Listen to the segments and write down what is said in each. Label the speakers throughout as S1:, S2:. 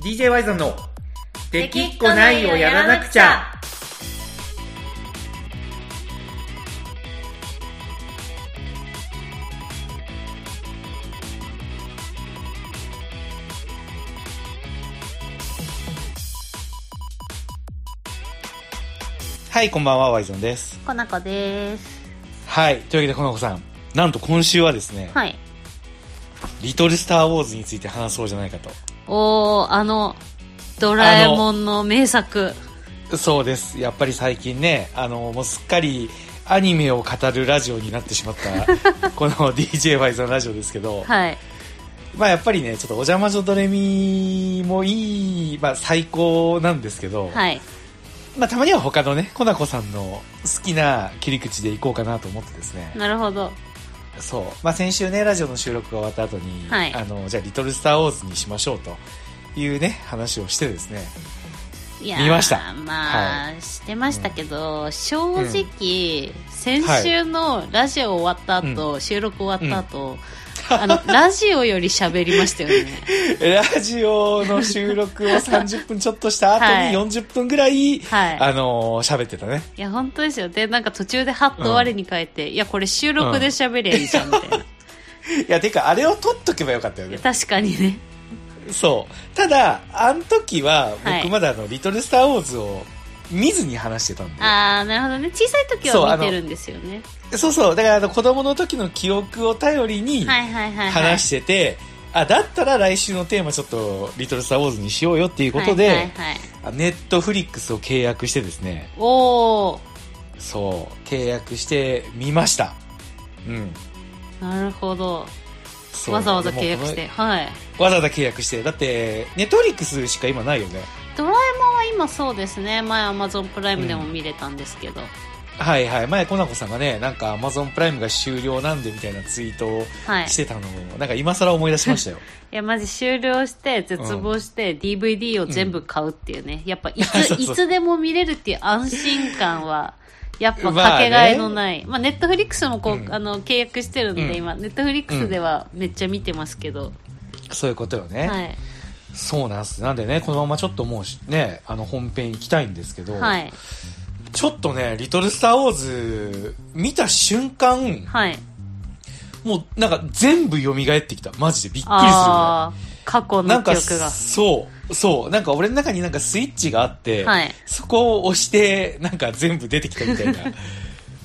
S1: DJ ワイゾンの「できっこないをやらなくちゃ」はいこんばんはワイゾンです
S2: こなこです
S1: はいというわけでこの子さんなんと今週はですね
S2: はい
S1: 「リトル・スター・ウォーズ」について話そうじゃないか
S2: おーあのドラえもんの名作
S1: とそうですやっぱり最近ねあのもうすっかりアニメを語るラジオになってしまった この DJ ワイズのラジオですけど、
S2: はい
S1: まあやっぱりねちょっとお邪魔女ドレミもいい、まあ、最高なんですけど、
S2: はい
S1: まあ、たまには他のねコナコさんの好きな切り口でいこうかなと思ってですね、
S2: なるほど
S1: そう、まあ、先週ねラジオの収録が終わった後に、
S2: はい
S1: あのじゃあ「リトル・スター・ウォーズ」にしましょうというね話をしてですね
S2: いやー
S1: 見ました
S2: まあ、してましたけど、正直、先
S1: はい
S2: 週のラジオ終わった後、収録終わった後、あのラジオより喋りましたよね
S1: ラジオの収録 を30分ちょっとした後に
S2: は
S1: 40分ぐらい、
S2: はい
S1: あのー喋ってたね。
S2: いや本当ですよでなんか途中でハッと我に返って、いやこれ収録で喋りゃいいじゃんみたいな、
S1: いや、てか、あれを取っとけばよかったよ
S2: いや
S1: ね。
S2: 確かにね
S1: そう。ただ、あの時は、
S2: はい
S1: 僕まだあの、リトルスターウォーズを見ずに話してたんで。
S2: ああなるほどね小さい時
S1: そうあ
S2: は
S1: の
S2: 見てるんですよね
S1: そうそう。だから、あの、子供の時の記憶を頼りに
S2: はいはいはい、はい、
S1: 話してて、あ、だったら来週のテーマちょっと、リトルスターウォーズにしようよっていうことで、
S2: はいはいはい、
S1: ネットフリックスを契約してですね、
S2: おお
S1: そう、契約してみました。うん。
S2: なるほど
S1: そう
S2: わざわざ契約し
S1: で
S2: て
S1: も
S2: はい
S1: このわざわざ契約してだってネットフリックスしか今ないよね
S2: ドラえもんは今そうですね前アマゾンプライムでも見れたんですけど、
S1: はいはい前コナコさんがねなんかアマゾンプライムが終了なんでみたいなツイートを
S2: はい
S1: してたのを、なんか今更思い出しました よ
S2: いやマジ終了して絶望して DVD を全部買うっていうね、やっぱいつ
S1: そうそう
S2: いつでも見れるっていう安心感はやっぱ
S1: まあね
S2: かけがえのない、まあネットフリックスもこう、
S1: うん
S2: あの契約してるんで、
S1: うん
S2: 今ネットフリックスではめっちゃ見てますけど、
S1: そういうことよね、
S2: はい
S1: そうなんですなんでねこのままちょっともうしねあの本編行きたいんですけど、
S2: はい
S1: ちょっとね「リトル・スター・ウォーズ」見た瞬間
S2: はい
S1: もうなんか全部蘇ってきたマジでびっくりするぐら
S2: ああ過去
S1: いなん
S2: の記
S1: か
S2: 憶が
S1: そうそうなんか俺の中になんかスイッチがあって、
S2: はい
S1: そこを押して、なんか全部出てきたみた いな。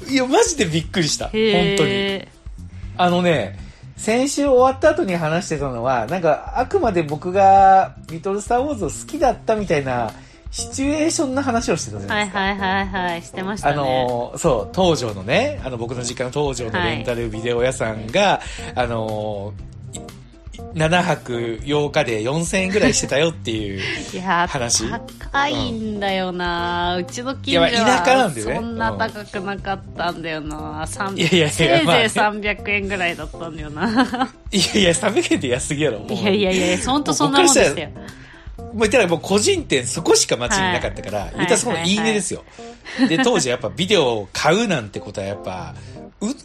S1: いや、マジでびっくりした。本当に。
S2: へえ
S1: あのね、先週終わった後に話してたのは、なんか、あくまで僕が、リトル・スター・ウォーズを好きだったみたいな、シチュエーションの話をしてたじゃな
S2: はいい
S1: ですか。
S2: はいはいはいしてました
S1: あ
S2: ね
S1: のーそう、東条のね、あの、僕の実家の東条の
S2: はい
S1: レンタルビデオ屋さんが、あのー、7泊8日で4000円ぐらいしてたよっていう
S2: いや
S1: 話
S2: 高いんだよな、うちの近所
S1: いやまあ
S2: は
S1: 田舎なんでね
S2: そんな高くなかったんだよな、300
S1: いやいやいや
S2: せいぜい
S1: まあね
S2: 300円ぐらいだったんだよ な
S1: いやいや300円って安すぎやろもう
S2: いやいやいやほんとそんなもんでしたよ
S1: もう言ったらもう個人店そこしか街になかったから、
S2: い
S1: 言ったらそこのいいねですよ。で、当時やっぱビデオを買うなんてことはやっぱ、う、売っ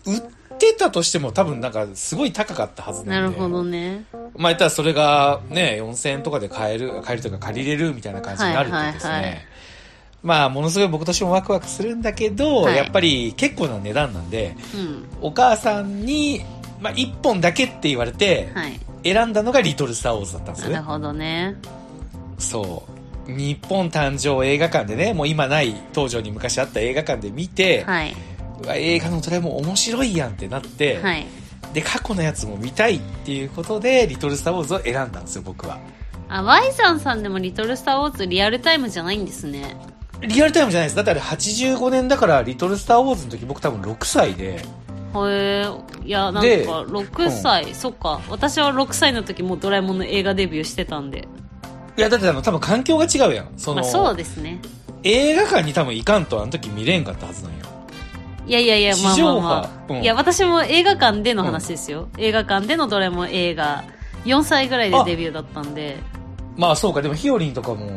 S1: てたとしても多分なんかすごい高かったはず
S2: な
S1: な
S2: る
S1: んで。
S2: ほどね
S1: まあ言ったらそれがね、4000円とかで買える、買えるというか借りれるみたいな感じになるとですね。
S2: はいはいはい
S1: まあ、ものすごい僕としてもワクワクするんだけど、
S2: はい
S1: やっぱり結構な値段なんで、
S2: うん
S1: お母さんに、まあ、1本だけって言われて、
S2: はい
S1: 選んだのがリトル・スター・ウォーズだったんです
S2: な
S1: よね
S2: る。ほどね
S1: そう日本誕生映画館でねもう今ない東条に昔あった映画館で見て、
S2: はいう
S1: わ映画のドラえもん面白いやんってなって、
S2: はい
S1: で過去のやつも見たいっていうことで「リトル・スター・ウォーズ」を選んだんですよ僕は
S2: あワイさんさんでも「リトル・スター・ウォーズ」リアルタイムじゃないんですね
S1: リアルタイムじゃないですだってあれ85年だから「リトル・スター・ウォーズ」の時僕多分6歳で
S2: へえいやなんか
S1: で
S2: 6歳、そっか私は6歳の時もうドラえもんの映画デビューしてたんで
S1: いやだってあの多分環境が違うやんその、
S2: まあそうですね
S1: 映画館に多分行かんとあの時見れんかったはずなんよ
S2: いやいやいや、まあまあ
S1: 地
S2: ま
S1: 上
S2: あ。
S1: 波うん
S2: いや、私も映画館での話ですよ。映画館でのドラえもん映画。4歳ぐらいでデビューだったんで。
S1: まあそうかでもひよりんとかも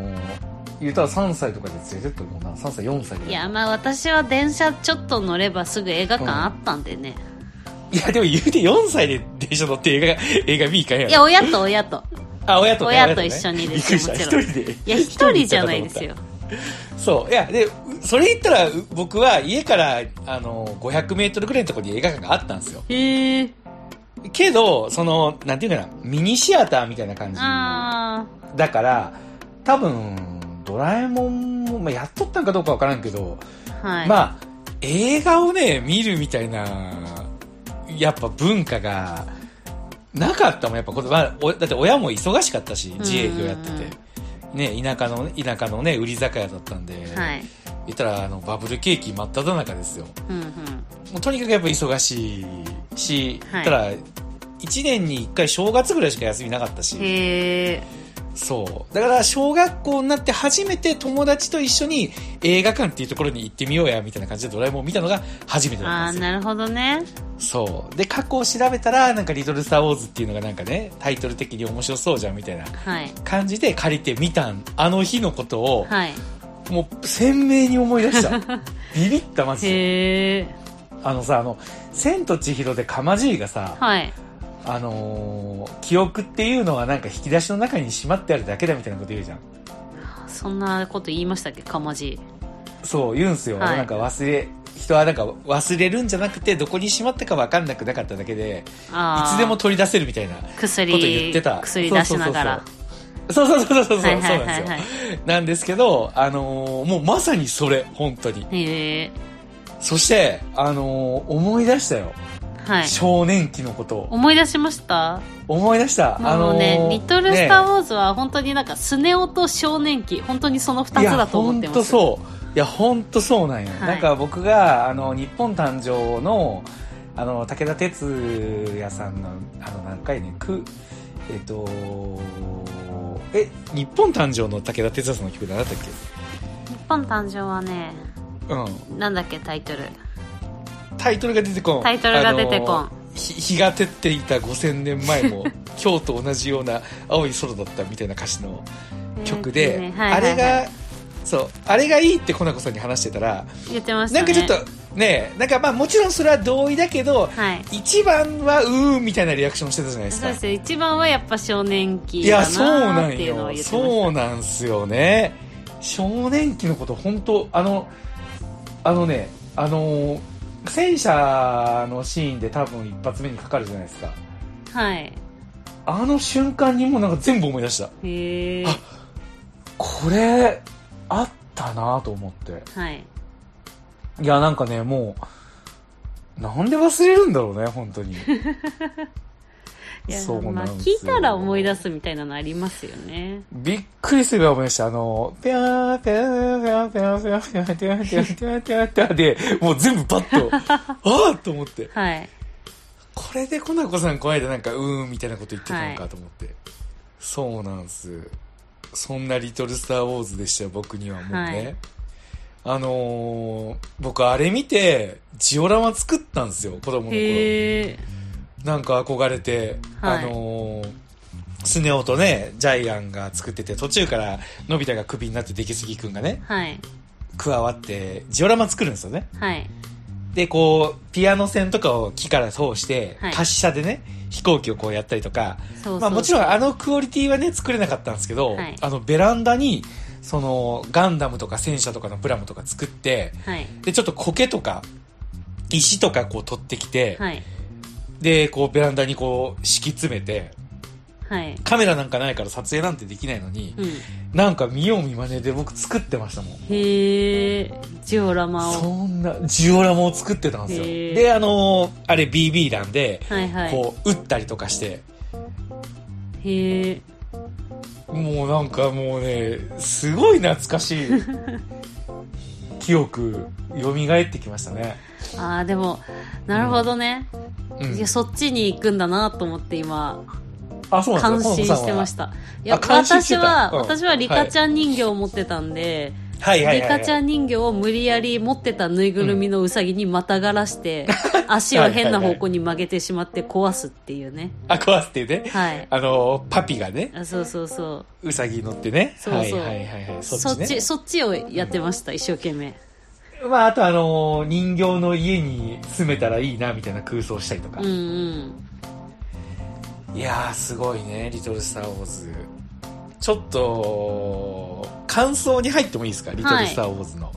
S1: 言うたら3歳とかで連れてったもんな3歳4歳ぐら
S2: い
S1: い
S2: や、まあ私は電車ちょっと乗ればすぐ映画館あったんでね。
S1: いや、でも言うて4歳で電車乗って映画、映画見に行かへんやろ。
S2: いや、親と親と。
S1: あ、親と、ね、
S2: 親と一緒に
S1: ね
S2: で
S1: びっく
S2: すよ
S1: りした、一
S2: もちろん
S1: 人で。
S2: いや、一人じゃないですよ。
S1: そう。いや、で、うそれ言ったら、う僕は家から、あの、500メートルぐらいのところに映画館があったんですよ。
S2: へえ。
S1: けど、その、なんていうかな、ミニシアターみたいな感じ
S2: あ
S1: だから、多分、ドラえもんも、まあ、やっとったんかどうかわからんけど、
S2: ー。はい。
S1: まあ、映画をね、見るみたいな、やっぱ文化が、なかったもん、やっぱ、こまあ、おだって親も忙しかったし、自営業やってて。ね、田舎の、田舎のね、売り酒屋だったんで、
S2: はい。
S1: 言ったら、あの、バブル景気真っ只中ですよ。
S2: うんうん。
S1: もうとにかくやっぱ忙しいし、
S2: はい
S1: ただ、1年に1回正月ぐらいしか休みなかったし、
S2: へえ。
S1: そう。だから、小学校になって初めて友達と一緒に映画館っていうところに行ってみようや、みたいな感じでドラえもんを見たのが初めて
S2: あ
S1: だった
S2: あ、
S1: んですよ。
S2: なるほどね。
S1: そう。で、過去を調べたら、なんか、リトル・スター・ウォーズっていうのがなんかね、タイトル的に面白そうじゃん、みたいな
S2: はい。
S1: 感じで借りてみたん、あの日のことを、
S2: はい。
S1: もう鮮明に思い出 した。ビビった、マジで。
S2: へえ。
S1: あのさ、あの、千と千尋でかまじいがさ、
S2: はい。
S1: あのー記憶っていうのはなんか引き出しの中にしまってあるだけだみたいなこと言うじゃん。
S2: そんなこと言いましたっけかまじ。
S1: そう、言うんすよ。
S2: はい
S1: なんか忘れ、人はなんか忘れるんじゃなくて、どこにしまったかわかんなくなかっただけで、い
S2: ああ。
S1: つでも取り出せるみたいなこと
S2: 薬
S1: 言ってた。
S2: 薬出しながら。
S1: そうそうそうそう。そうそうそうそう。
S2: は
S1: そう
S2: いはい
S1: な
S2: は
S1: んです
S2: いはい
S1: よ。。なんですけど、あのーもうまさにそれ、本当に。
S2: へえ。
S1: そして、あのー思い出したよ。
S2: はい。
S1: 少年期のことを。
S2: 思い出しました
S1: 思い出した。
S2: あのね、
S1: ー
S2: リトル・スター・
S1: ね
S2: ウォーズは本当になんか、スネ夫と少年期、本当にその二つだと思ってます。
S1: いや、本当そう。いや、本当そうなんよ。
S2: い
S1: なんか僕が、あの、日本誕生の、あの、武田鉄矢さんの、あの、何回ね、く、えっと、え、日本誕生の武田鉄矢さんの曲何だったっ
S2: 日本誕生はね、
S1: けうん。
S2: なんだっけタイトル。
S1: タイトルが出てこん。
S2: タイトルが出てこん
S1: あのひ日が照っていた5000年前も、 今日と同じような青い空だったみたいな歌詞の曲
S2: えー
S1: で、
S2: とねはい
S1: あ
S2: はいは
S1: れ
S2: い
S1: が、そう、あれがいいってコナコさんに話してたら、
S2: 言ってました
S1: なん
S2: ね。
S1: かちょっとねなんかまあもちろんそれは同意だけど
S2: はい。
S1: 一番はうーんみたいなリアクションしてたじゃないです
S2: そう
S1: か
S2: ですね。一番はやっぱ少年期
S1: い
S2: だ
S1: やそう
S2: な
S1: な
S2: ーっ
S1: ん
S2: ていうのを
S1: よ
S2: 言ってました。
S1: そうなんすよね少年期のこと本当あのあのねあの戦車のシーンで多分一発目にかかるじゃないですか
S2: はい。
S1: あの瞬間にもうなんか全部思い出した
S2: へえ。
S1: あこれあったなと思って
S2: はい。
S1: いや、なんかね、もう、なんで忘れるんだろうね、本当に。
S2: いや
S1: そう
S2: ま
S1: な
S2: あ
S1: んです
S2: 聞
S1: よ
S2: いたら思い出すみたいなのありますよね。
S1: びっくりするぐらい思いました。あの、ぴゃー、ぴゃー、ぴゃー、ぴゃー、ぴゃー、ぴゃー、ぴゃー、ぴゃー、ぴゃー、ぴゃー、で、もう全部パッと、ああと思って。
S2: はい。
S1: これでコナコさんこの間なんか、うーんみたいなこと言ってたのかと思って。そうなんす。そんなリトルスターウォーズでしたよ、僕にはもうね。
S2: はい
S1: あのー僕あれ見て、ジオラマ作ったんですよ、子供の頃。
S2: へえ。
S1: なんか憧れて、
S2: は
S1: あ
S2: い
S1: のースネ夫とね、ジャイアンが作ってて、途中から、のび太がクビになって、出来すぎくんがね、
S2: はい。
S1: 加わって、ジオラマ作るんですよね。
S2: はい。
S1: で、こう、ピアノ線とかを木から通して
S2: はい、
S1: 滑車でね、飛行機をこうやったりとか、
S2: そうそう。
S1: まあもちろんあのクオリティはね、作れなかったんですけど、
S2: はい
S1: あのベランダに、その、ガンダムとか戦車とかのプラムとか作って、
S2: はい。
S1: で、ちょっと苔とか、石とかこう取ってきて、
S2: はい。
S1: で、こうベランダにこう敷き詰めて、
S2: はい。
S1: カメラなんかないから撮影なんてできないのに、
S2: うん。
S1: なんか見よう見まねで僕作ってましたもん。
S2: へえ。ジオラマを。
S1: そんな、ジオラマを作ってたんですよ。
S2: へー
S1: で、あのーあれ BB 弾で、
S2: はいはい。
S1: こう、撃ったりとかして、
S2: へえ。
S1: もうなんかもうね、すごい懐かしい 記憶、蘇ってきましたね。
S2: ああ、でも、なるほどね。
S1: うん
S2: いや、そっちに行くんだなと思って今、
S1: あ、そうなん
S2: 感
S1: ですか。
S2: 心してましたた。いや、
S1: あ感心して
S2: 私
S1: た
S2: は、
S1: うん
S2: 私はリカちゃん人形を持ってたんで、
S1: はいはい
S2: リ
S1: はい、は
S2: カ
S1: い。
S2: ちゃん人形を無理やり持ってたぬいぐるみのうさぎにまたがら して、足を変な方向に曲げてしまって壊すっていうね。
S1: あ、壊すっていうね。
S2: はい。
S1: あのーパピがね、
S2: あそうそうそう。
S1: ウサギ乗ってね。
S2: そうそう
S1: はいはいはいはい。そ
S2: そ
S1: っ
S2: っ
S1: ちね。
S2: ち、そっちをやってました、一生懸命。
S1: まあ、あとあのー人形の家に住めたらいいな、みたいな空想したりとか。
S2: うんうん。
S1: いやー、すごいね、リトル・スター・ウォーズ。ちょっと、感想に入ってもいいですか、リトル・スター・ウォーズの。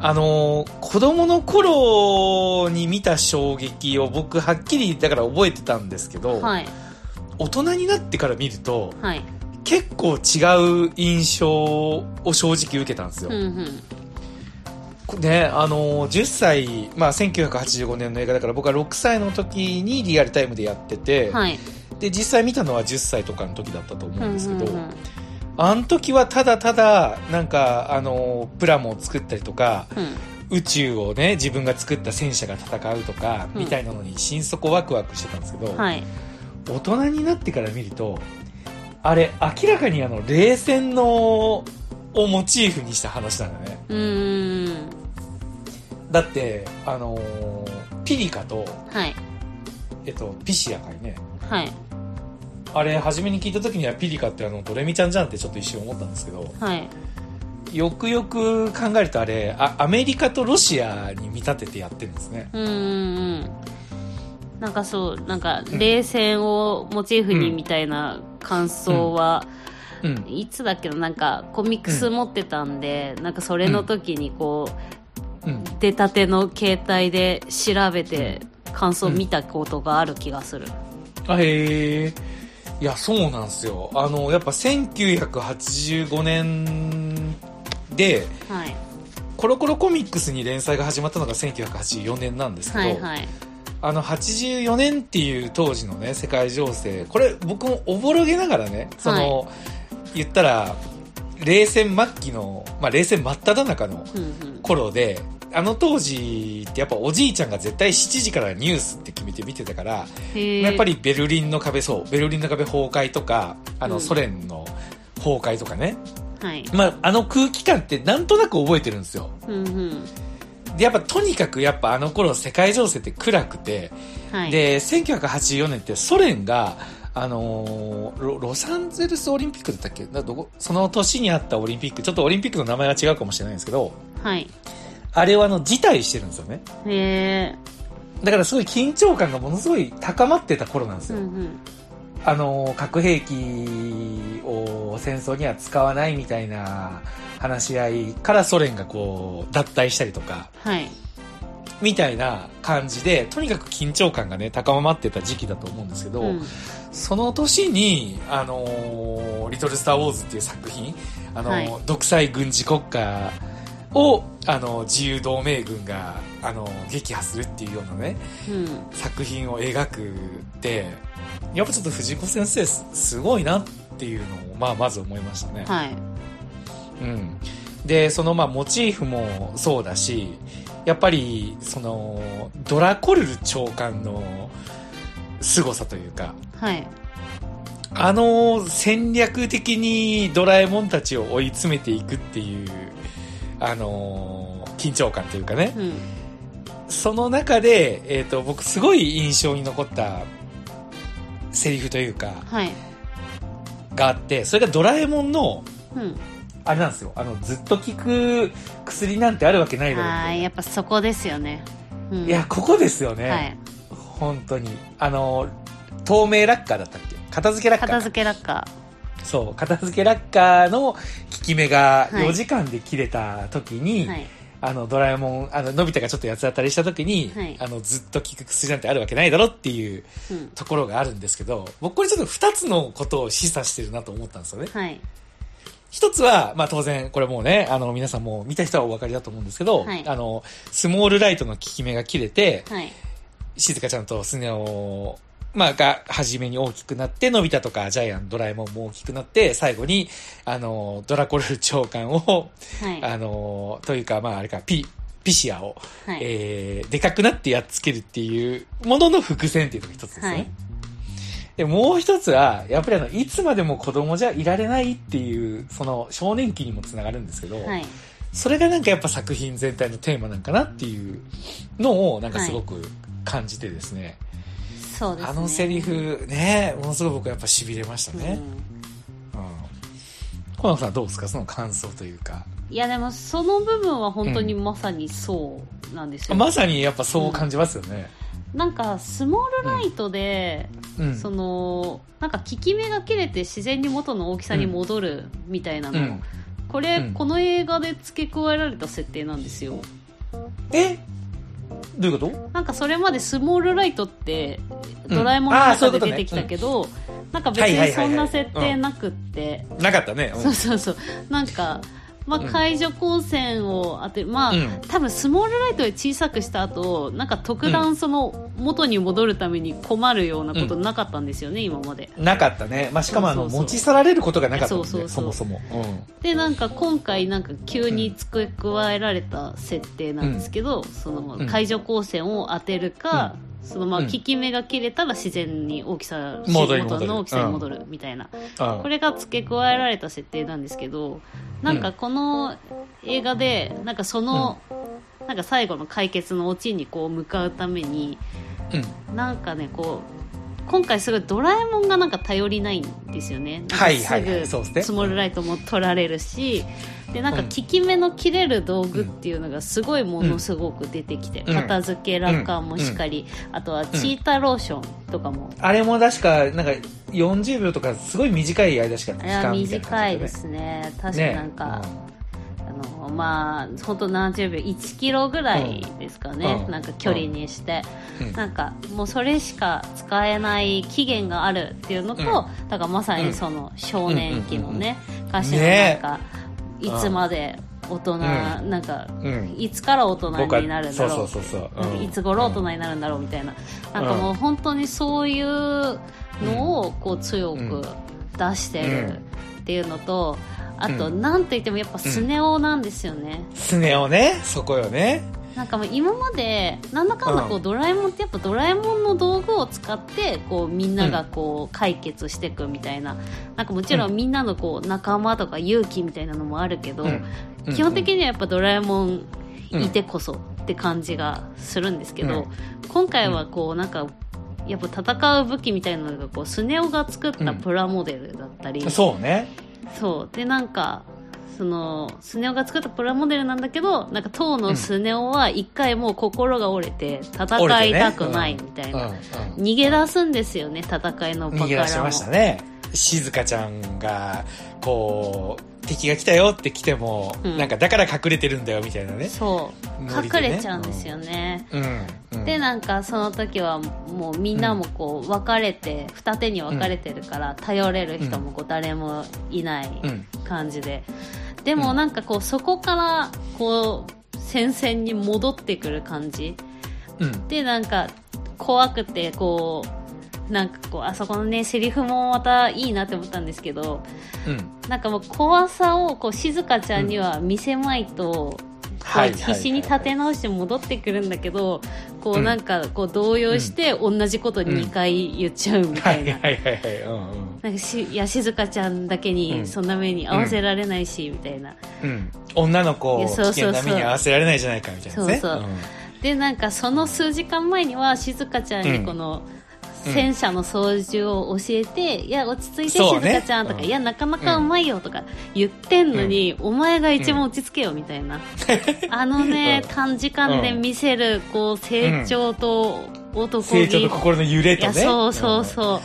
S1: あのー、子供の頃に見た衝撃を僕、はっきり、だから覚えてたんですけど、
S2: はい
S1: 大人になってから見ると、
S2: はい
S1: 結構違う印象を正直受けたんですよ。
S2: うんうん
S1: ね、あのー10歳、まあ、1985年の映画だから僕は6歳の時にリアルタイムでやってて、
S2: はい
S1: で実際見たのは10歳とかの時だったと思うんですけど、
S2: うんうんうん
S1: あの時はただただなんか、あのープラモを作ったりとか
S2: うん
S1: 宇宙をね自分が作った戦車が戦うとか、
S2: うん
S1: みたいなのに心底ワクワクしてたんですけど、
S2: はい
S1: 大人になってから見るとあれ明らかにあの冷戦のをモチーフにした話なんだね。
S2: うーん
S1: だってあのーピリカと、
S2: はい
S1: えっと、ピシアかいね
S2: はい
S1: あれ初めに聞いた時にはピリカってあのドレミちゃんじゃんってちょっと一瞬思ったんですけど
S2: はい
S1: よくよく考えるとあれあアメリカとロシアに見立ててやってるんですね
S2: うーんなんかそうなんか冷戦をモチーフにみたいな感想は、
S1: うん
S2: いつだっけななんかコミックス持ってたんで、なんかそれの時にこう、
S1: うん
S2: 出たての携帯で調べて感想見たことがある気がする、
S1: あへえいやそうなんですよあのやっぱ1985年で
S2: はい
S1: コロコロコミックスに連載が始まったのが1984年なんですけど、
S2: はいはい
S1: あの84年っていう当時のね世界情勢これ僕もおぼろげながらねその、言ったら冷戦末期の、まあ、冷戦真っ只中の
S2: うんうん
S1: 頃であの当時ってやっぱおじいちゃんが絶対7時からニュースって決めて見てたから、
S2: へえ
S1: やっぱりベルリンの壁そうベルリンの壁崩壊とかあ
S2: う
S1: の
S2: ん
S1: ソ連の崩壊とかね、
S2: はい
S1: まあ、あの空気感ってなんとなく覚えてるんですよ。
S2: うんうん
S1: でやっぱとにかくやっぱあの頃世界情勢って暗くて、
S2: はい
S1: で1984年ってソ連が、あのーロロサンゼルスオリンピックだったっけなどこその年にあったオリンピックちょっとオリンピックの名前は違うかもしれないんですけど
S2: はい
S1: あれはあの辞退してるんですよね
S2: へえ
S1: だからすごい緊張感がものすごい高まってた頃なんです
S2: う
S1: よ、
S2: んうん
S1: あのー核兵器を戦争には使わないみたいな話し合いからソ連がこう脱退したりとか
S2: はい
S1: みたいな感じでとにかく緊張感がね高まってた時期だと思うんですけど、
S2: うん
S1: その年に、あのーリトル・スター・ウォーズっていう作品、あのー
S2: はい
S1: 独裁軍事国家を、あのー自由同盟軍が、あのー撃破するっていうようなね、
S2: うん
S1: 作品を描くって、やっぱちょっと藤子先生すすごいなっていうのを、まあ、まず思いましたね。
S2: はい
S1: うん、でそのまあモチーフもそうだしやっぱりそのドラコルル長官の凄さというか
S2: はい
S1: あの戦略的にドラえもんたちを追い詰めていくっていうあの緊張感というかね
S2: うん
S1: その中で、えー、と僕すごい印象に残ったセリフというか
S2: はい
S1: があってそれがドラえもんの
S2: うん
S1: あれなんですよあのずっと効く薬なんてあるわけないだろうみ
S2: あ
S1: た
S2: ー
S1: いな
S2: やっぱそこですよね、うん、
S1: いや、ここですよね。
S2: はい
S1: 本当に。あの、透明ラッカーだったっけ片付けラッカーか。
S2: 片付け落下
S1: そう、片付けラッカーの効き目が
S2: はい
S1: 4時間で切れた時に、
S2: はい
S1: あの、ドラえもん、あの、のび太がちょっと八つ当たりした時に、
S2: はい
S1: あの、ずっと効く薬なんてあるわけないだろっていう
S2: うん
S1: ところがあるんですけど、僕これちょっと2つのことを示唆してるなと思ったんですよね。
S2: はい
S1: 一つは、まあ当然、これもうね、あの、皆さんもう見た人はお分かりだと思うんですけど、
S2: はい
S1: あの、スモールライトの効き目が切れて、
S2: はい
S1: 静香ちゃんとスネ夫まあ、が、初めに大きくなって、のび太とかジャイアン、ドラえもんも大きくなって、最後に、あの、ドラコルル長官を、
S2: はい
S1: あの、というか、まあ、あれか、ピ、ピシアを、
S2: はい
S1: えー、でかくなってやっつけるっていうものの伏線っていうのが一つですね。
S2: はい
S1: で、もう一つは、やっぱりあの、いつまでも子供じゃいられないっていう、その、少年期にもつながるんですけど、
S2: はい
S1: それがなんかやっぱ作品全体のテーマなんかなっていうのを、なんかすごく感じてですね、
S2: そうですね
S1: あのセリフね、ものすごい僕やっぱ痺れましたね。うん。コナンさんどうですかその感想というか。
S2: うんいやでもその部分は本当にまさにそうなんですよ、
S1: まさにやっぱそう感じますよね。
S2: なんかスモールライトで、
S1: うん
S2: そのなんか効き目が切れて自然に元の大きさに戻るみたいな
S1: う
S2: の、
S1: ん、
S2: これ、
S1: うん
S2: この映画で付け加えられた設定なんですよ
S1: えどういうこと
S2: なんかそれまでスモールライトって
S1: うん
S2: ドラえもんの
S1: あーそう
S2: 中
S1: いうこ
S2: で
S1: とね
S2: 出てきたけど、なんか別
S1: はいはいは
S2: に
S1: いはい
S2: そんな設定なくって、
S1: なかったね。うん
S2: そうそうそうなんか、まあ、
S1: うん
S2: 解除光線を当てまあ、
S1: うん
S2: 多分スモールライトで小さくした後なんか特段その元に戻るために困るようなことなかったんですよね、今まで
S1: なかったね。まあ、しかもあ
S2: そ
S1: の、
S2: うそうそう
S1: 持ち去られることがなかったもんね、
S2: そうそ
S1: そ
S2: うそう
S1: もそも。うん
S2: でなんか今回なんか急に付け加えられた設定なんですけど、その解除光線を当てるか、そのまあ
S1: うん
S2: 効き目が切れたら自然に大きさ、
S1: 戻り戻る
S2: 元の大きさに戻るみたいな、
S1: あ
S2: これが付け加えられた設定なんですけどなんかこの映画でなんかその、なんか最後の解決のオチにこう向かうために
S1: うん。
S2: なんかねこう今回すごいドラえもんがなんか頼りないんですよね。なんか
S1: はいはいはい
S2: す
S1: そう
S2: ぐ
S1: ですね
S2: スモールライトも取られるし、でなんか
S1: うん
S2: 効き目の切れる道具っていうのがすごいものすごく出てきて、
S1: うん
S2: 片付けラッカーもしっかり、あとはチーターローションとかも、
S1: あれも確か、なんか、40秒とか、すごい短い間しか、
S2: あ
S1: 時
S2: れは
S1: 間みたいな
S2: 短
S1: 感じだった
S2: いで
S1: ね。
S2: すね確かなんか、あのまあ本当70秒1キロぐらいですかね、
S1: うん
S2: なんか距離にして、
S1: うん
S2: なんかもうそれしか使えない期限があるっていうのと、
S1: うん
S2: だからまさにその少年期のね歌詞のなん
S1: ね
S2: か、
S1: え
S2: いつまで大人、
S1: ん
S2: なんか
S1: うん。うん。
S2: いつから大人
S1: 僕は
S2: になるん
S1: そ
S2: だ
S1: う
S2: ろ
S1: そううそうそう。
S2: なんか
S1: うん
S2: いつ頃大人になるんだろうみたいな、なんかもう本当にそういうのをこう強
S1: うん
S2: く出してるっていうのと、あと
S1: うん
S2: なんといってもやっぱスネ夫なんですよね、
S1: スネ夫ね、そこよね。
S2: なんかもう今までなんだかんだこ
S1: う
S2: うドラえもんってやっぱドラえもんの道具を使ってこうみんながこう解決していくみたいななんかもちろんみんなのこう仲間とか勇気みたいなのもあるけど、
S1: うんうん
S2: 基本的にはやっぱドラえもん
S1: うん
S2: いてこそって感じがするんですけど、
S1: う
S2: 今回はこうなんかやっぱ戦う武器みたいなのがこうスネ夫が作ったプラモデルだったり、
S1: そうね。
S2: そうでなんかそのスネ夫が作ったプラモデルなんだけどなんか当のスネ夫は一回もう心が折れて戦いたくないみたい
S1: うん。う
S2: な、
S1: ん
S2: 逃げ出すんですよね戦いの場
S1: 逃げ
S2: か
S1: 出し
S2: らも
S1: ましたね。静香ちゃんが、こう、敵が来たよって来ても、
S2: うん
S1: なんかだから隠れてるんだよみたいなね。
S2: そう、
S1: ノリで
S2: 隠
S1: ね
S2: れちゃうんですよね、
S1: うん。うん
S2: でなんかその時はもうみんなもこう分かれて、二手に分かれてるから頼れる人もこう誰もいない
S1: うん。
S2: 感じで、でもなんかこうそこからこう戦線に戻ってくる感じ
S1: うん。
S2: でなんか怖くてこうなんかこうあそこのねセリフもまたいいなって思ったんですけど
S1: うん。
S2: なんかもう怖さをこう静香ちゃんには見せまいと、こう
S1: はいはいはい
S2: 必死に立て直して戻ってくるんだけどこ
S1: う
S2: うんなんかこう動揺して同じこと2回言っちゃうみた
S1: はいい
S2: な。
S1: はいはいはい。うんうん。
S2: なんかしいや静香ちゃんだけ
S1: う
S2: に
S1: ん
S2: そんな目に合わせられないし、みたいな
S1: うん、女の子を
S2: いや
S1: 危
S2: そうそうそう
S1: 険な目に合わせられないじゃないかみたいなね。
S2: そうそうでなんかその数時間前には静香ちゃん
S1: うん
S2: にこの
S1: うん
S2: 戦車の操縦を教えて、いや落ち着いて静
S1: そうね
S2: 香ちゃんとか、
S1: うん
S2: いやなかなかうまいよとか言ってんのに、お前が一番落ち着けよみたいな、あのね
S1: うん
S2: 短時間で見せるこう成長と
S1: うん、
S2: 男気、
S1: 成長の心の揺れ
S2: い
S1: と
S2: や
S1: ね。
S2: そうそうそ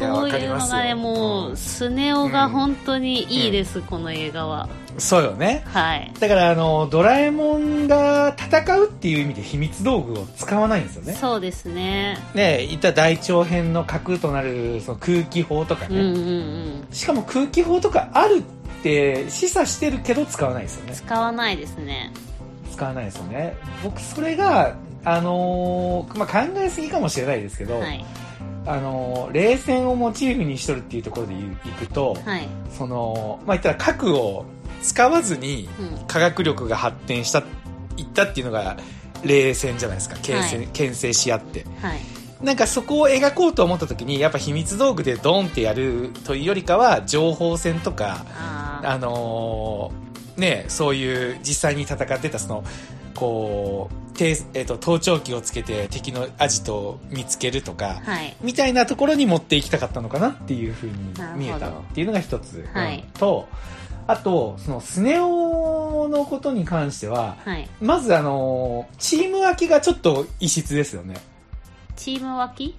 S1: いや
S2: そういうのが
S1: わかります
S2: ね
S1: よ
S2: も
S1: うん
S2: うスネ夫が本当にいいです、この映画は
S1: うんそうよね。
S2: はい
S1: だからあの、ドラえもんが戦うっていう意味で秘密道具を使わないんですよね。
S2: そうですね。
S1: ねいった大長編の核となるその空気砲とか
S2: う
S1: ね、
S2: んうんうん。
S1: しかも空気砲とかあるって示唆してるけど使わないですよね。
S2: 使わないですね。
S1: 使わないですよね。僕それが、あのーまあ、考えすぎかもしれないですけど、
S2: はい。
S1: あのー冷戦をモチーフにしとるっていうところでいくと、
S2: はい。
S1: その、まあ、言ったら核を使わずに
S2: うん。
S1: 科学力が発展した、いったっていうのが冷戦じゃないですか。牽制、
S2: はい
S1: 牽制し合って。
S2: はい。
S1: なんかそこを描こうと思った時に、やっぱ秘密道具でドンってやるというよりかは、情報戦とか、
S2: ああ。
S1: あのーね、そういう実際に戦ってたその、こう、てえっと、盗聴器をつけて敵のアジトを見つけるとか、
S2: はい。
S1: みたいなところに持っていきたかったのかなっていうふうに
S2: なるほど
S1: 見えたっていうのが一つ、
S2: はい
S1: うんとあとそのスネ夫のことに関しては
S2: はい。
S1: まずあのチーム分けがちょっと異質ですよね
S2: チーム分け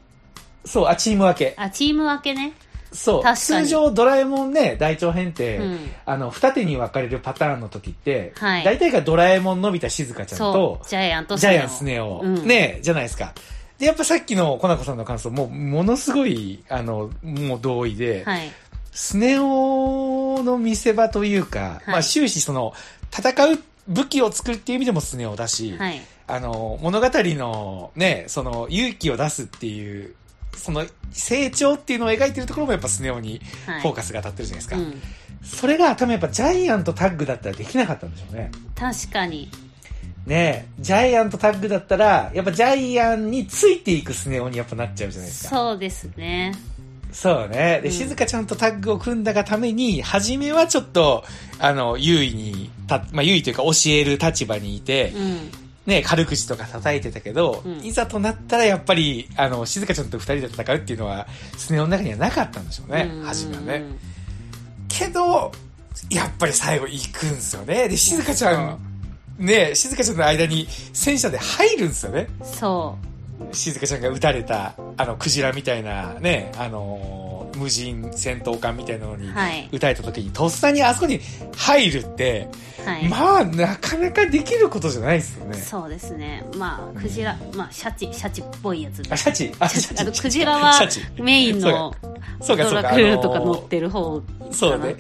S1: そう、あ、チーム分け。
S2: あ、チーム分けね。
S1: そう
S2: 確か。に
S1: 通常ドラえもんね、大長編って、
S2: うん
S1: あの、二手に分かれるパターンの時って、
S2: はい
S1: 大体がドラえもんのび太しずかちゃん
S2: そ
S1: と
S2: う。、ジャイアント
S1: ジャイアンス
S2: ね。
S1: ネ夫、
S2: うん
S1: ねじゃないですか。で、やっぱさっきのコナコさんの感想も、ものすごい、あの、もう同意で、
S2: はい。
S1: スネ夫の見せ場というか、
S2: はい
S1: まあ終始その、戦う武器を作るっていう意味でもスネ夫だし、
S2: はい。
S1: あの、物語のね、その勇気を出すっていう、その成長っていうのを描いてるところもやっぱスネ夫に
S2: はい。
S1: フォーカスが当たってるじゃないですか。
S2: うん。
S1: それが多分やっぱジャイアントタッグだったらできなかったんでしょうね。
S2: 確かに。
S1: ねえ、ジャイアントタッグだったら、やっぱジャイアンについていくスネ夫にやっぱなっちゃうじゃないですか。
S2: そうですね。
S1: そうね。
S2: う
S1: で、
S2: ん
S1: 静香ちゃんとタッグを組んだがために、初めはちょっと、あの、優位に、た、まあ、優位というか教える立場にいて、
S2: うん。
S1: ね、軽口とか叩いてたけど、
S2: うん
S1: いざとなったらやっぱり、あの、静香ちゃんと二人で戦うっていうのは、スネ夫の中にはなかったんでしょうね
S2: う、ん
S1: 初めはね。。けど、やっぱり最後行くんですよね。で、静香ちゃん、ね、静香ちゃんの間に戦車で入るんですよね。
S2: そ
S1: 静香ちゃんが撃たれた、あの、クジラみたいな、ね、あのー無人戦闘艦みたいなのに
S2: はい、
S1: 撃たれた時に、とっさにあそこに入るって、
S2: う。はい。
S1: まあ、なかなかできることじゃないですよね。
S2: そうですね。まあ、クジラ、まあ、シャチ、シャチっぽいやつ
S1: あ、シャチあ、シ
S2: あ
S1: ャ
S2: の
S1: チ。
S2: クジラは
S1: シャチ
S2: メインの
S1: そうか、
S2: ド
S1: そう
S2: ラ
S1: か。
S2: クエとか
S1: あ
S2: 乗
S1: のー
S2: ってる方
S1: そうだね。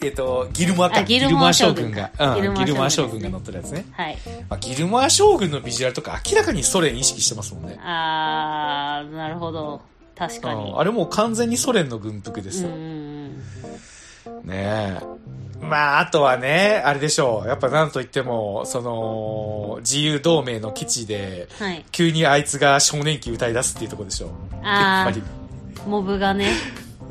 S1: えっ、と、ギルモアか
S2: あギルモア将
S1: ギ
S2: 軍
S1: ルモア将軍が、
S2: か
S1: うん、ギ
S2: ギ
S1: ル
S2: ル
S1: モ
S2: モ
S1: ア
S2: ア
S1: 将
S2: 将
S1: 軍
S2: 軍
S1: が乗
S2: ですね
S1: ってるやつね。
S2: はい
S1: まあ、ギルモア将軍のビジュアルとか明らかにソ連意識してますもんね。
S2: あーなるほど確かに
S1: うんあれもう完全にソ連の軍服です
S2: うん
S1: よ。
S2: うんうん
S1: ねえ。まあ、あとはね、あれでしょう。やっぱなんといっても、その、自由同盟の基地で、
S2: はい
S1: 急にあいつが少年期歌い出すっていうところでしょう。やっ
S2: あ
S1: ぱ
S2: ーモブ がね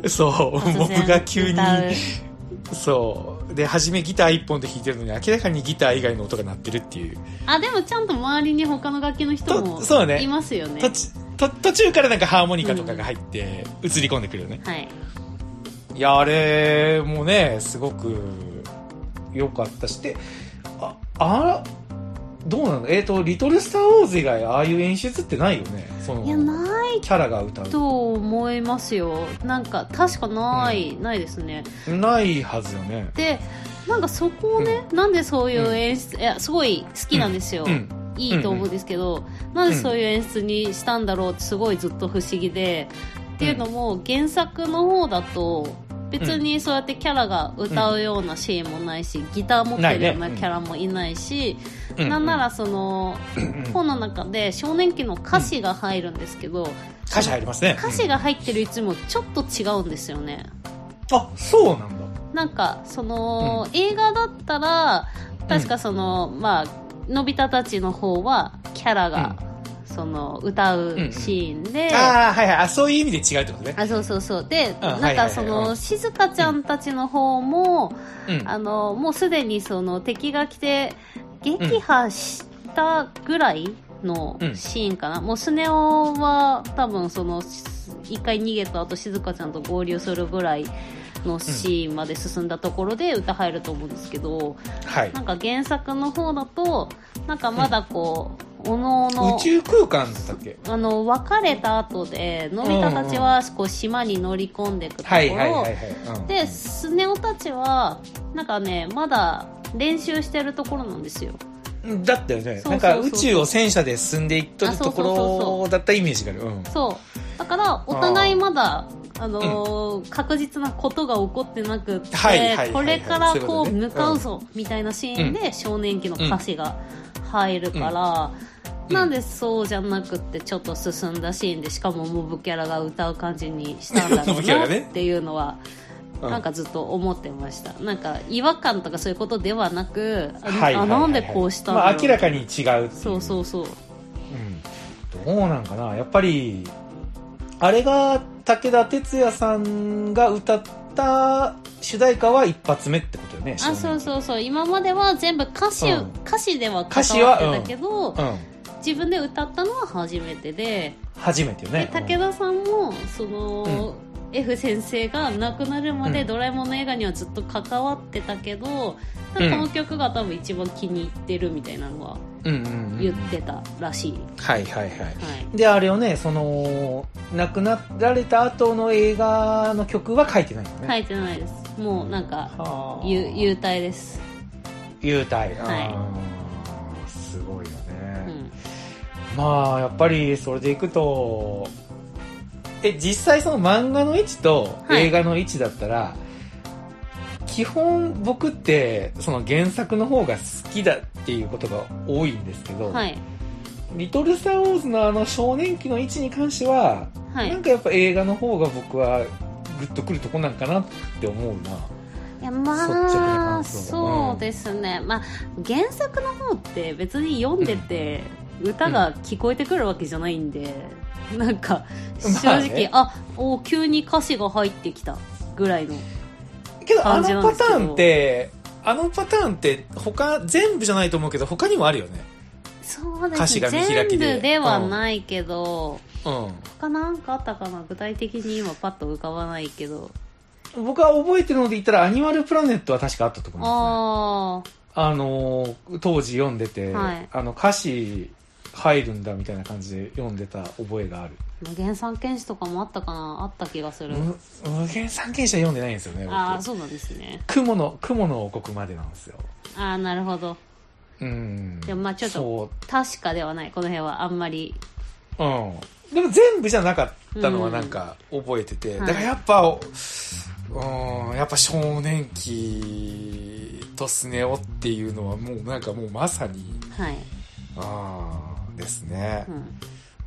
S1: り。そう、
S2: 突
S1: 僕
S2: 然
S1: が急に、
S2: 歌う
S1: そう。で、初めギター一本で弾いてるのに、明らかにギター以外の音が鳴ってるっていう。
S2: あでもちゃんと周りに他の楽器の人
S1: と
S2: も
S1: そうね
S2: いますよね
S1: 途中と途中からなんかハーモニカとかが入って、映り込んでくるよね。
S2: はい
S1: いや、あれもね、すごく良かったし、で、あ、あどうなのえっ、と、リトルスターウォーズ以外、ああいう演出ってないよね。その、
S2: いやない
S1: キャラが歌う。
S2: と思いますよなんか確かない、ないですね
S1: ないはずよね。
S2: でなんかそこをね、なんでそういう演出、いやすごい好きなんですよ、
S1: うん。
S2: いいと思うんですけど、なぜそういう演出にしたんだろうってすごいずっと不思議で、っていうのも原作の方だと別にそうやってキャラが歌うようなシーンもないし、ギター持ってるよう
S1: ない
S2: な
S1: ね
S2: キャラもいないし、
S1: うん
S2: なんならその、
S1: うん
S2: 本の中で少年期の歌詞が入るんですけど、
S1: 歌詞入りますね。
S2: 歌詞が入ってるいつもちょっと違うんですよね。
S1: あ、そうなんだ。
S2: なんかその、映画だったら確かその、まあのび太たちの方はキャラが、その歌うシーンで、あ
S1: ああ、はいはいあ。そういう意味で違うってことね。
S2: そうそうそうで、
S1: あはいは
S2: ないん
S1: はい
S2: かそ
S1: うん
S2: の静香ちゃんたちの方も、
S1: うん。
S2: あのもうすでにその敵が来て撃破したぐらいの
S1: うん
S2: シーンかな、もうスネ夫は多分その一回逃げた後静香ちゃんと合流するぐらいのシーンまで進んだところで歌入ると思うんですけど、
S1: はい
S2: な。んか原作の方だとなんかまだこう、おのおの
S1: 宇宙空間だったっけ
S2: あの別れた後でのび太たちはこう島に乗り込んでいくところ、
S1: はいはいはいはい。うん、
S2: でスネ夫たちはなんかねまだ練習してるところなんですよ
S1: だったよね。
S2: そうそうそう
S1: なんか宇宙を戦車で進んでいっとる
S2: あそ
S1: と
S2: うそうそうそう
S1: ころだったイメージがある。うん。
S2: そうだからお互いまだあのー確実なことが起こってなくって、
S1: はいはいはいはい
S2: これからこ
S1: そうい
S2: う
S1: うことね
S2: 向かうぞみたいなシーンで少年期の歌詞が入るから、
S1: うん
S2: なんでそうじゃなくってちょっと進んだシーンでしかもモブキャラが歌う感じにしたんだ
S1: モ
S2: ろ
S1: ブ
S2: う
S1: キャラ
S2: な
S1: ね
S2: っていうのは
S1: うん
S2: なんかずっと思ってました、なんか違和感とかそういうことではなくあ,、
S1: はいはいはいはい
S2: あなんでこうしたんだろう、
S1: まあ、明らかに違うっていう
S2: そうそうそう
S1: うん、どうなんかなやっぱりあれが武田鉄矢さんが歌った主題歌は一発目ってことよね
S2: あそうそうそう今までは全部歌詞、
S1: うん
S2: 歌詞では
S1: 歌詞
S2: 関わ
S1: は
S2: ってたけど、
S1: う、うん、
S2: 自分で歌ったのは初めてで,、
S1: 初めてよね
S2: で武田さんもその、 F 先生が亡くなるまで
S1: うん
S2: ドラえもんの映画にはずっと関わってたけど、多
S1: う
S2: 分
S1: ん
S2: この曲が多分一番気に入ってるみたいなのは
S1: うんうんうん
S2: 言ってたらしい、
S1: はいはいはい
S2: はい
S1: であれをねその亡くなられた後の映画の曲は書いてないよね
S2: 書
S1: い
S2: いてないですもうなんか
S1: はあ
S2: ゆ幽体です、
S1: 幽体い
S2: はい
S1: すごいよね
S2: う、ん、
S1: まあやっぱりそれでいくとえ実際その漫画の位置と
S2: はい
S1: 映画の位置だったら、基本僕ってその原作の方が好きだっていうことが多いんですけど、
S2: はい
S1: リトル・スター・ウォーズのあの少年期の位置に関しては、
S2: は
S1: なん
S2: い
S1: かやっぱ映画の方が僕はグッとくるとこなんかなって思うない率
S2: や
S1: 直な
S2: まあ
S1: 感想だな
S2: そうですね、まあ、原作の方って別に読んでて歌が聞こえてくるわけじゃないんで、なんか 正
S1: まあ
S2: 直、
S1: ね
S2: あお急に歌詞が入ってきたぐらいの
S1: けどあ
S2: 感じな
S1: の
S2: ん
S1: パ
S2: ですけ
S1: タ
S2: ど
S1: ーンってあのパターンって他全部じゃないと思うけど他にもあるよね
S2: そうで
S1: 歌
S2: す
S1: 詞
S2: ね
S1: が見開き
S2: 全
S1: で
S2: 部ではないけど、
S1: うん
S2: 他なんかあったかな具体的に今パッと浮かばないけど、
S1: 僕は覚えてるので言ったら、アニマルプラネットは確かあったと思いますね。
S2: ああ
S1: あのー、当時読んでて、
S2: はい
S1: あの、歌詞入るんだみたいな感じで読んでた覚えがある。
S2: 無限三剣士とかもあったかなあった気がする、
S1: む無限三剣士は読んでないんですよね、
S2: ああ
S1: 僕。
S2: そうなんですね
S1: 雲の、雲の王国までなんですよ。
S2: ああなるほど
S1: うん。
S2: でもまあちょっと
S1: そ
S2: 確かではないこの辺はあんまり
S1: う。うん。でも全部じゃなかったのはなんか覚えてて、
S2: うん
S1: だからやっぱ、うん、やっぱ少年期とスネ夫っていうのはもうなんかもうまさに、
S2: はい、
S1: ああですね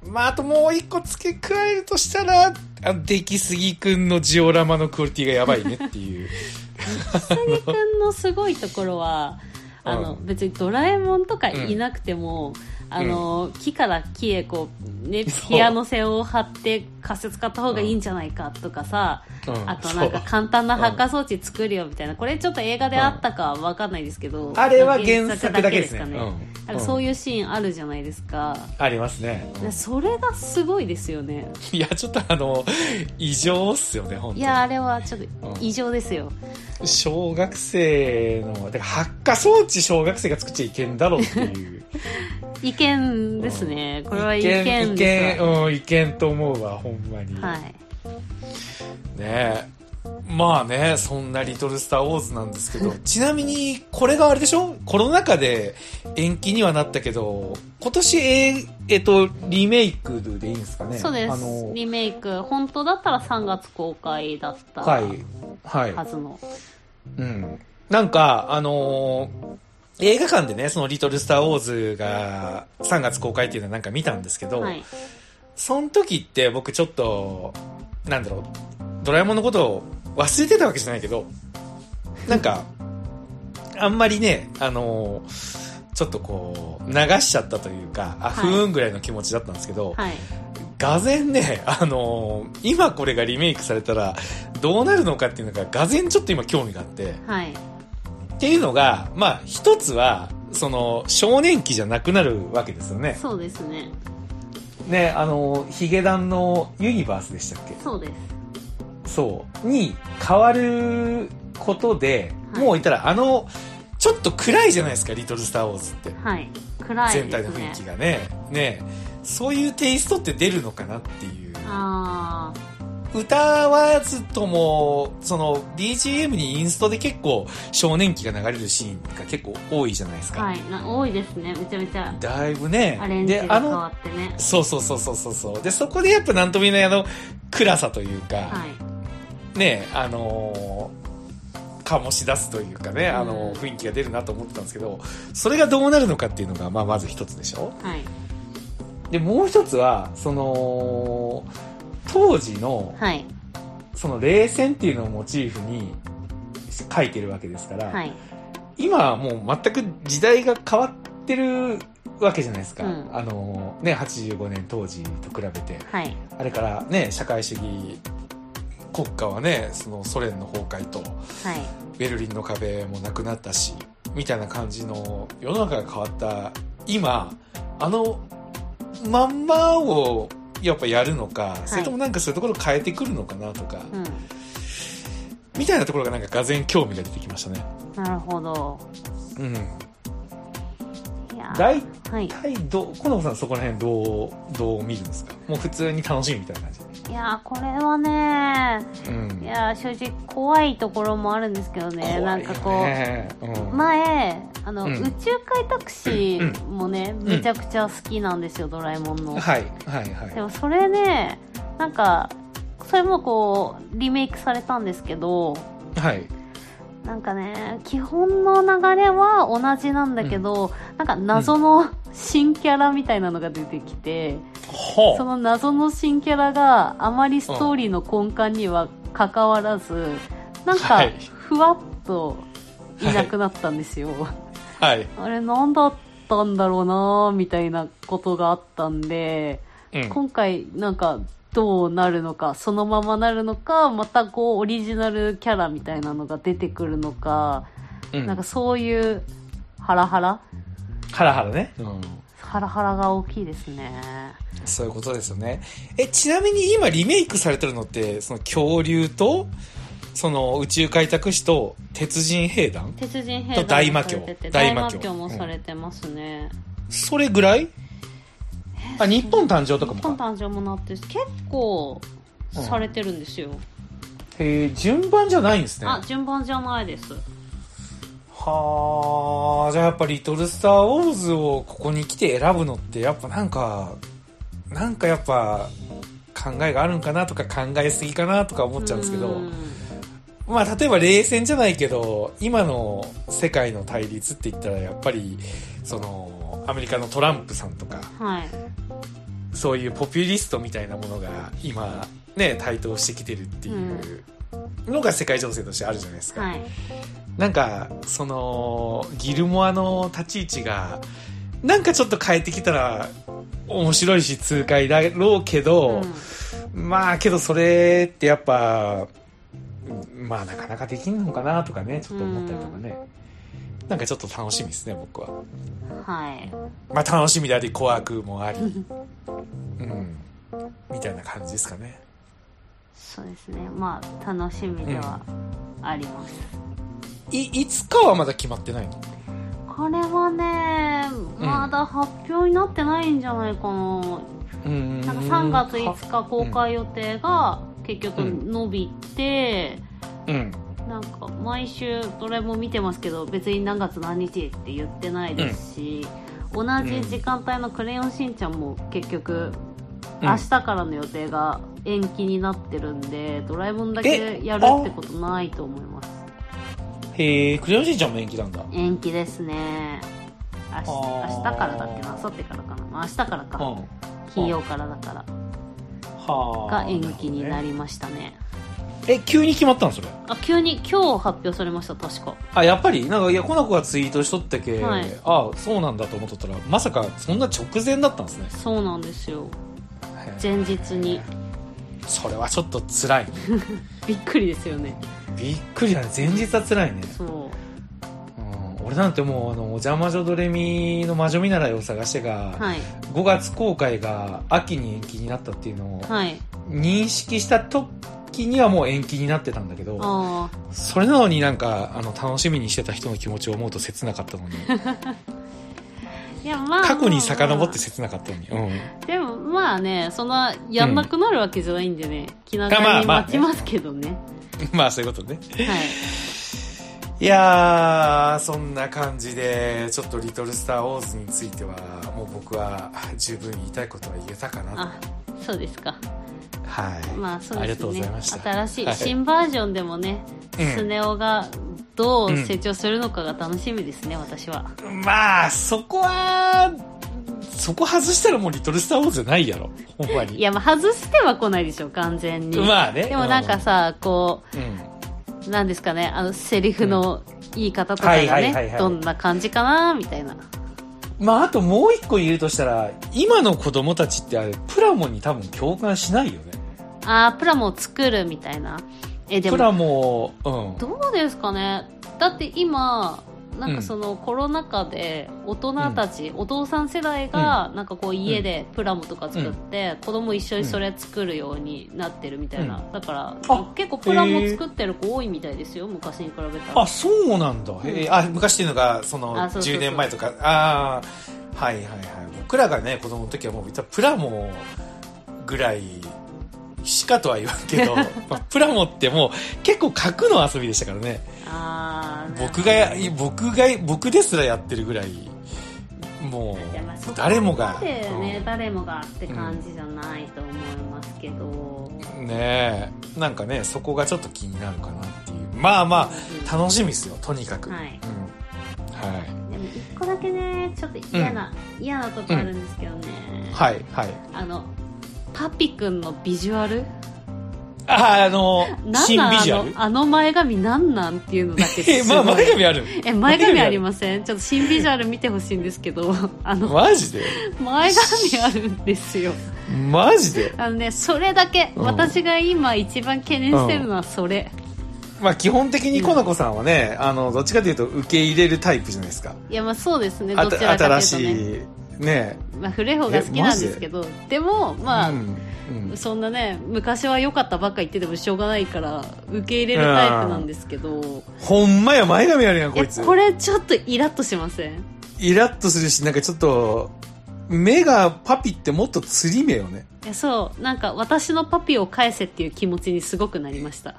S2: う、ん、
S1: まああともう一個付け加えるとしたらあ出来すぎくんのジオラマのクオリティがやばいねって いう
S2: くんのすごいところはあの
S1: うん
S2: 別にドラえもんとかいなくても、あの木から木へこう、ね、
S1: そう
S2: ピアノ線を張って仮設買った方がいいんじゃないかとかさ、
S1: うん
S2: あとなんか
S1: そう
S2: 簡単な発火装置作るよみたいなこれちょっと映画であったかは分かんないですけど、
S1: あれは原作だけですね
S2: 原作だかね
S1: うん
S2: なんかそういうシーンあるじゃないですか,、
S1: ありますね、うん
S2: それがすごいですよね
S1: いやちょっとあの異常っすよね本当
S2: い
S1: に
S2: やあれはちょっと
S1: うん
S2: 異常ですよ、
S1: 小学生のだから発火装置小学生が作っちゃいけんだろうっていう
S2: 意見ですね、これは意
S1: 意
S2: 見
S1: 見
S2: ですわ
S1: うん、意見と思うわほんまに、
S2: はい
S1: ねえまあねそんな「リトル・スター・ウォーズ」なんですけどちなみにこれがあれでしょコロナ禍で延期にはなったけど今年えーえっとリメイクでいいんですかね
S2: そうで
S1: あ
S2: す
S1: の
S2: リメイク本当だったら3月公開だった
S1: はい
S2: は
S1: はい
S2: ずの、
S1: うんなんかあのー映画館でね、そのリトルスターウォーズが3月公開っていうのはなんか見たんですけど、
S2: はい
S1: その時って僕ちょっと、なんだろう、ドラえもんのことを忘れてたわけじゃないけど、なんか、あんまりね、あのーちょっとこう、流しちゃったというか、あ、
S2: はい
S1: ふーんぐらいの気持ちだったんですけど、
S2: はい、
S1: がぜんね、あのー今これがリメイクされたら、どうなるのかっていうのが、がぜんちょっと今興味があって、
S2: はい、
S1: っていうのが、まあ、一つは、その、少年期じゃなくなるわけですよね。
S2: そうですね
S1: ね、あのー、ヒゲダンのユニバースでしたっけ
S2: そうです
S1: そう、に変わることで、
S2: はい
S1: もういたら、あの、ちょっと暗いじゃないですか、リトル・スター・ウォーズって。
S2: はい暗い
S1: 全
S2: で
S1: 体の
S2: す
S1: 雰
S2: ね
S1: 囲気がね。ねそういうテイストって出るのかなっていう。
S2: あ
S1: 歌わずとも、その、BGM にインストで結構、少年期が流れるシーンが結構多いじゃないです
S2: あ
S1: か。
S2: はいな多いですねめちゃめちゃ
S1: だいぶね
S2: アレ。ンジ
S1: で
S2: が、
S1: あ
S2: 変
S1: の、
S2: わってね
S1: そうそうそうそうそうそう。で、そこでやっぱなんとも言えないあの、暗さというか、
S2: はい
S1: ねあのー醸し出すというかね、あのー
S2: う
S1: 雰囲気が出るなと思ってたんですけどそれがどうなるのかっていうのが、まあ、まず一つでしょ
S2: はい
S1: でもう一つはその当時の
S2: はい
S1: その冷戦っていうのをモチーフに書いてるわけですから、
S2: はい
S1: 今はもう全く時代が変わってるわけじゃないですか、
S2: うん
S1: あのーね85年当時と比べて
S2: はい
S1: あれからね社会主義国家はねそのソ連の崩壊と
S2: はい
S1: ベルリンの壁もなくなったしみたいな感じの世の中が変わった今あのまんまをやっぱやるのか、
S2: い
S1: それともなんかそういうところ変えてくるのかなとか、
S2: うん
S1: みたいなところがなんかがぜん興味が出てきましたね。
S2: なるほど
S1: うん。
S2: いやー
S1: 大
S2: はい
S1: 体どう、好野さんそこら辺どう、どう見るんですかもう普通に楽しみみたいな感
S2: いやーこれはね
S1: じ。うん。
S2: いやー正直怖いところもあるんですけどね
S1: 怖いよね、
S2: なんかこう
S1: うん、
S2: 前あの、
S1: うん
S2: 宇宙開拓士もね、
S1: ん
S2: めちゃくちゃ好きなんですよ、ドラえもんの、
S1: はい、はい、はい。
S2: でもそれねなんかそれもこうリメイクされたんですけど
S1: はい。
S2: なんかね基本の流れは同じなんだけど、なんか謎の 新キャラみたいなのが出てきて、
S1: ほ
S2: その謎の新キャラがあまりストーリーの根幹には関わらず、なん
S1: は
S2: か
S1: い
S2: ふわっといなくなったんですよ、
S1: はい。
S2: あれ何だったんだろうなみたいなことがあったんで、
S1: うん。
S2: 今回なんかどうなるのか、そのままなるのか、またこうオリジナルキャラみたいなのが出てくるのか、
S1: うん
S2: なんかそういうハラハラ
S1: ハラハラね。うん。
S2: ハラハラが大きいですね。
S1: そういうことですよね。え、ちなみに今リメイクされてるのって、その恐竜と、その宇宙開拓士と鉄人兵団
S2: 鉄人兵
S1: と大魔教
S2: もされてて
S1: 大
S2: 大
S1: 魔
S2: 魔
S1: 教
S2: 教もされてますね。
S1: それぐらいあ、日本誕生とか
S2: 日
S1: も
S2: 本
S1: か。
S2: 誕生もなって、結構されてるんですよ。
S1: へー順番じゃないんですね。
S2: あ、順番じゃないです。
S1: はあ、じゃあやっぱリトルスターウォーズをここに来て選ぶのって、やっぱなんか、なんかやっぱ、考えがあるんかなとか考えすぎかなとか思っちゃうんですけど、
S2: うん
S1: まあ、例えば冷戦じゃないけど、今の世界の対立って言ったら、やっぱり、その、アメリカのトランプさんとか、
S2: はい。
S1: そういうポピュリストみたいなものが、今、ね、台頭してきてるっていうのが世界情勢としてあるじゃないですか。
S2: はい。
S1: なんか、その、ギルモアの立ち位置が、なんかちょっと変えてきたら、面白いし、痛快だろうけど、
S2: うん
S1: まあけどそれってやっぱうんまあなかなかできんのかなとかねちょっと思ったりとかね、なんかちょっと楽しみですね僕は
S2: はい。
S1: まあ楽しみであり怖くもありうんみたいな感じですかね
S2: そうですね。まあ、楽しみではあります。
S1: いいつかはまだ決まってないの
S2: これはね、
S1: うん
S2: まだ発表になってないんじゃないかな。
S1: うん
S2: なんか3月5日公開予定が結局伸びて、
S1: うん
S2: なんか毎週どれも見てますけど、別に何月何日って言ってないですし、同じ時間帯のクレヨンしんちゃんも結局、
S1: うん
S2: 明日からの予定が延期になってるんで、ドラえもんだけやるってことないと思います。
S1: へえクレヨンしんちゃんも延期なんだ
S2: 延期ですね明日
S1: あー
S2: 明日からだっけな明後日からかな、まあ、明日からか、
S1: うん
S2: 金曜からだから
S1: はあ
S2: が延期にな
S1: る
S2: りましたね
S1: ほどねえ急に決まったのそれ
S2: あ急に今日発表されました確か
S1: あやっぱりなんかいやこな子がツイートしとったけ、
S2: はい
S1: ああそうなんだと思っとったらまさかそんな直前だったんですね
S2: そうなんですよ
S1: へー
S2: 前日に
S1: それはちょっと辛いね
S2: びっくりですよね
S1: びっくりだね前日は辛いね、
S2: そ
S1: うん、俺なんてもうあのお邪魔女ドレミの魔女見習いを探してが、
S2: うはい
S1: 5月公開が秋に延期になったっていうのを
S2: はい
S1: 認識した時にはもう延期になってたんだけど
S2: あ
S1: それなのになんかあの楽しみにしてた人の気持ちを思うと切なかったの に
S2: ーいやまあ
S1: 過去に遡って
S2: ま
S1: 切なかったのに、うん、
S2: あでもまあねそんなやんなくなるわけじゃないんでね、気
S1: ま
S2: 長
S1: あ
S2: に
S1: まあ
S2: 待ちますけどね,、
S1: まあそういうことね
S2: はい
S1: いやー、そんな感じで、ちょっとリトルスターウォーズについては、もう僕は十分言いたいことは言えたかなと。
S2: あそうですか
S1: はい。
S2: まあそうですね、
S1: ありがとうございました。
S2: 新しい、
S1: はい
S2: 新バージョンでもね、
S1: うん
S2: スネ夫がどう成長するのかが楽しみですね、私は。
S1: まあ、そこは、そこ外したらもうリトルスターウォーズじゃないやろ。ほんまに。
S2: いや、まあ外しては来ないでしょ、完全に。
S1: まあね。
S2: でもなんかさ、こ
S1: うん、
S2: う、なんですかね、あの、セリフの言い方とか
S1: はい
S2: が
S1: はいはいは
S2: ね
S1: い、
S2: どんな感じかな、みたいな。
S1: まあ、あともう一個言うとしたら、今の子供たちってあれ、プラモに多分共感しないよね。
S2: あー、プラモを作るみたいな。え、で
S1: プラ
S2: も、
S1: モ、うん。
S2: どうですかねだって今、なんかそのコロナ禍で大人たち、お父さん世代がなんかこう家でプラモとか作って、子供一緒にそれ作るようになってるみたいな、
S1: う
S2: だから
S1: あ
S2: 結構プラモ作ってる子多いみたいですよ昔に比べたら
S1: あ、そうなんだ。へえあ、昔っていうのが、その、
S2: あそうそうそう
S1: 10年前とか。ああ、はいはいはい。僕らがね、子供の時はもう、実はプラモぐらいしかとは言わんけ ど、まあプラモってもう結構格の遊びでしたからね。
S2: あー
S1: 僕が、僕が、僕ですらやってるぐらい、も
S2: いやまあそうこ、
S1: 誰もが
S2: ま。でね、
S1: うん
S2: 誰もがって感じじゃないと思いますけど、
S1: ねえなんかねそこがちょっと気になるかなっていうまあまあ楽しみですよとにかく
S2: はい
S1: うんはい
S2: でも一個だけねちょっと嫌な、嫌なとこあるんですけどね、
S1: はいはい
S2: あのパピくんのビジュアル
S1: ああの
S2: なん
S1: 新
S2: なん
S1: ビ
S2: あ
S1: ジュア
S2: の
S1: ル
S2: あの前髪なんなんっていうのだけ
S1: え
S2: すごい
S1: まあ前髪ある
S2: え前髪ありませんちょっと新ビジュアル見てほしいんですけ どあの
S1: マジで
S2: 前髪あるんですよ
S1: マジで
S2: あのねそれだけ、
S1: うん
S2: 私が今一番懸念してるのはそれ、
S1: まあ基本的にコナコさんはねあのどっちかというと受け入れるタイプじゃないですか
S2: いやまあそうですね
S1: あ
S2: ど
S1: た
S2: ちらかと
S1: 新
S2: いうとね
S1: しいね
S2: まあ、古い方が好きなんですけどでもまあ、
S1: うんうん
S2: そんなね昔は良かったばっか言っててもしょうがないから受け入れるタイプなんですけど、
S1: ほんまや前髪あるやん
S2: い
S1: こ
S2: や
S1: いつ
S2: これちょっとイラッとしません
S1: イラッとするしなんかちょっと目がパピってもっとつり目よね
S2: いやそうなんか私のパピを返せっていう気持ちにすごくなりました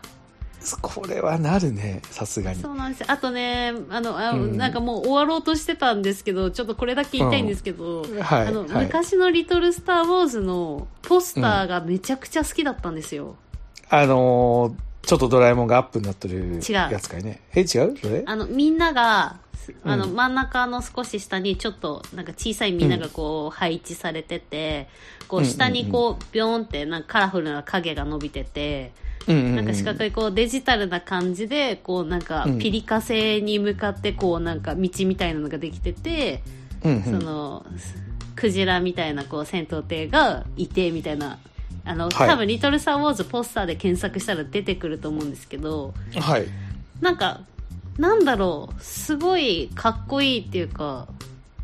S1: これはなるねさすがに
S2: そうなんですあとねあのあ、
S1: うん
S2: なんかもう終わろうとしてたんですけどちょっとこれだけ言いたいんですけど、
S1: はい、
S2: あの
S1: はい、
S2: 昔の「リトル・スター・ウォーズ」のポスターがめちゃくちゃ好きだったんですよ、
S1: あのーちょっとドラえもんがアップになってる
S2: 違う
S1: やつかいねえ違うそれ
S2: あのみんながあの、
S1: うん
S2: 真ん中の少し下にちょっとなんか小さいみんながこう配置されてて、こ
S1: う
S2: うん
S1: うんうん
S2: 下にこうビョーンってなんかカラフルな影が伸びてて、
S1: な
S2: なんか四角いこうデジタルな感じでこうなんか
S1: うん
S2: ピリカ星に向かってこうなんか道みたいなのができてて、
S1: うんうん
S2: そのクジラみたいなこう戦闘艇がいてみたいな。あの、
S1: はい
S2: 多分、リトル・サー・ウォーズポスターで検索したら出てくると思うんですけど、
S1: はい
S2: なんか、なんだろう、すごいかっこいいっていうか、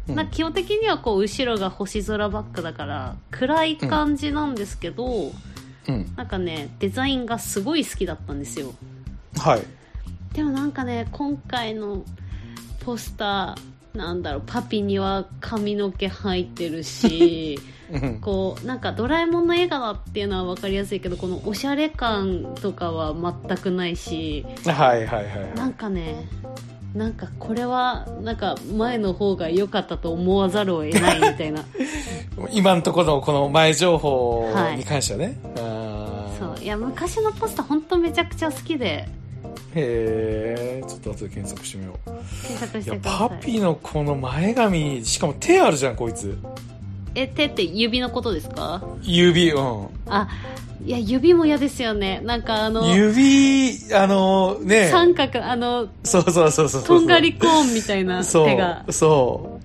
S1: うん
S2: なんか基本的にはこう後ろが星空バックだから暗い感じなんですけど、
S1: うん
S2: なんかねデザインがすごい好きだったんですよ
S1: はい
S2: でもなんかね今回のポスターなんだろうパピには髪の毛入って るし
S1: うん
S2: こうなんかドラえもんの映画だっていうのは分かりやすいけどこのおしゃれ感とかは全くないし
S1: はいはいはい
S2: なんかねなんかこれはなんか前の方が良かったと思わざるを得ないみた いな
S1: 今のところのこの前情報
S2: はい
S1: に関してはね、あー
S2: そういや昔のポスター本当めちゃくちゃ好きで
S1: へえちょっと後で検索してみよう
S2: 検索し
S1: い
S2: て
S1: や
S2: くだ
S1: パ
S2: さい
S1: ピのこの前髪しかも手あるじゃんこいつ
S2: え手って指のことですか
S1: 指うん
S2: あいや指も嫌ですよねなんかあの
S1: 指あのね
S2: 三角あの
S1: そうそうそうそうそう
S2: とんがりコーンみたいな
S1: そう
S2: 手が
S1: そ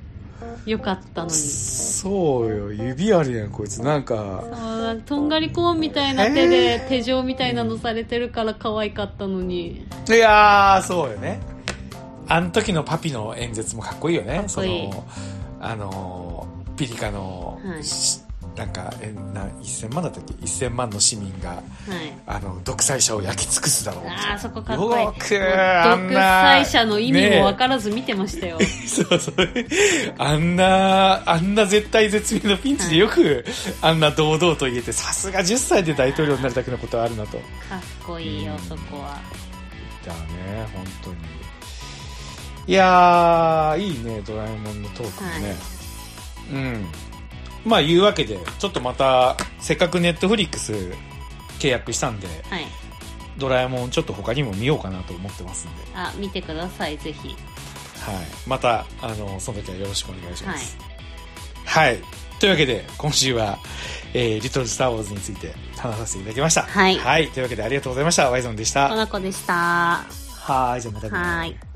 S2: 良かったの
S1: う
S2: に
S1: そうよ指あるやんこいつなんか
S2: あーなんかとんがりコーンみたいな手で手錠みたいなのされてるから可愛かったのに
S1: いやーそうよねあの時のパピの演説もかっこいいよね
S2: っこいい
S1: そのあのーピリカの、
S2: はい
S1: しなんかえな1000万だったっけ1000万の市民が
S2: はい
S1: あの独裁者を焼き尽くすだろうみたい
S2: あ
S1: な
S2: あそこかっこいい
S1: よくあん
S2: 独
S1: な
S2: 裁者の意味も分からず見てましたよ、
S1: そうそう。あんな、あんな絶対絶命のピンチでよく、あんな堂々と言えて、さすが10歳で大統領になるだけのことはあるなと。
S2: かっこいいよそこは
S1: だね、本当に。いやー、いいね、ドラえもんのトークもね。
S2: はい
S1: うん。まあ、いうわけで、ちょっとまた、せっかくネットフリックス契約したんで、
S2: はい
S1: ドラえもんちょっと他にも見ようかなと思ってますんで、
S2: あ見てくださいぜひ
S1: はい。また、あの、その時はよろしくお願いします。はい。というわけで、今週は、えー、リトル・スター・ウォーズについて話させていただきました。
S2: はい
S1: はい。というわけで、ありがとうございました。ワイゾンでし
S2: こ
S1: た。
S2: の子でしたは
S1: はい。じゃあまたね
S2: ーい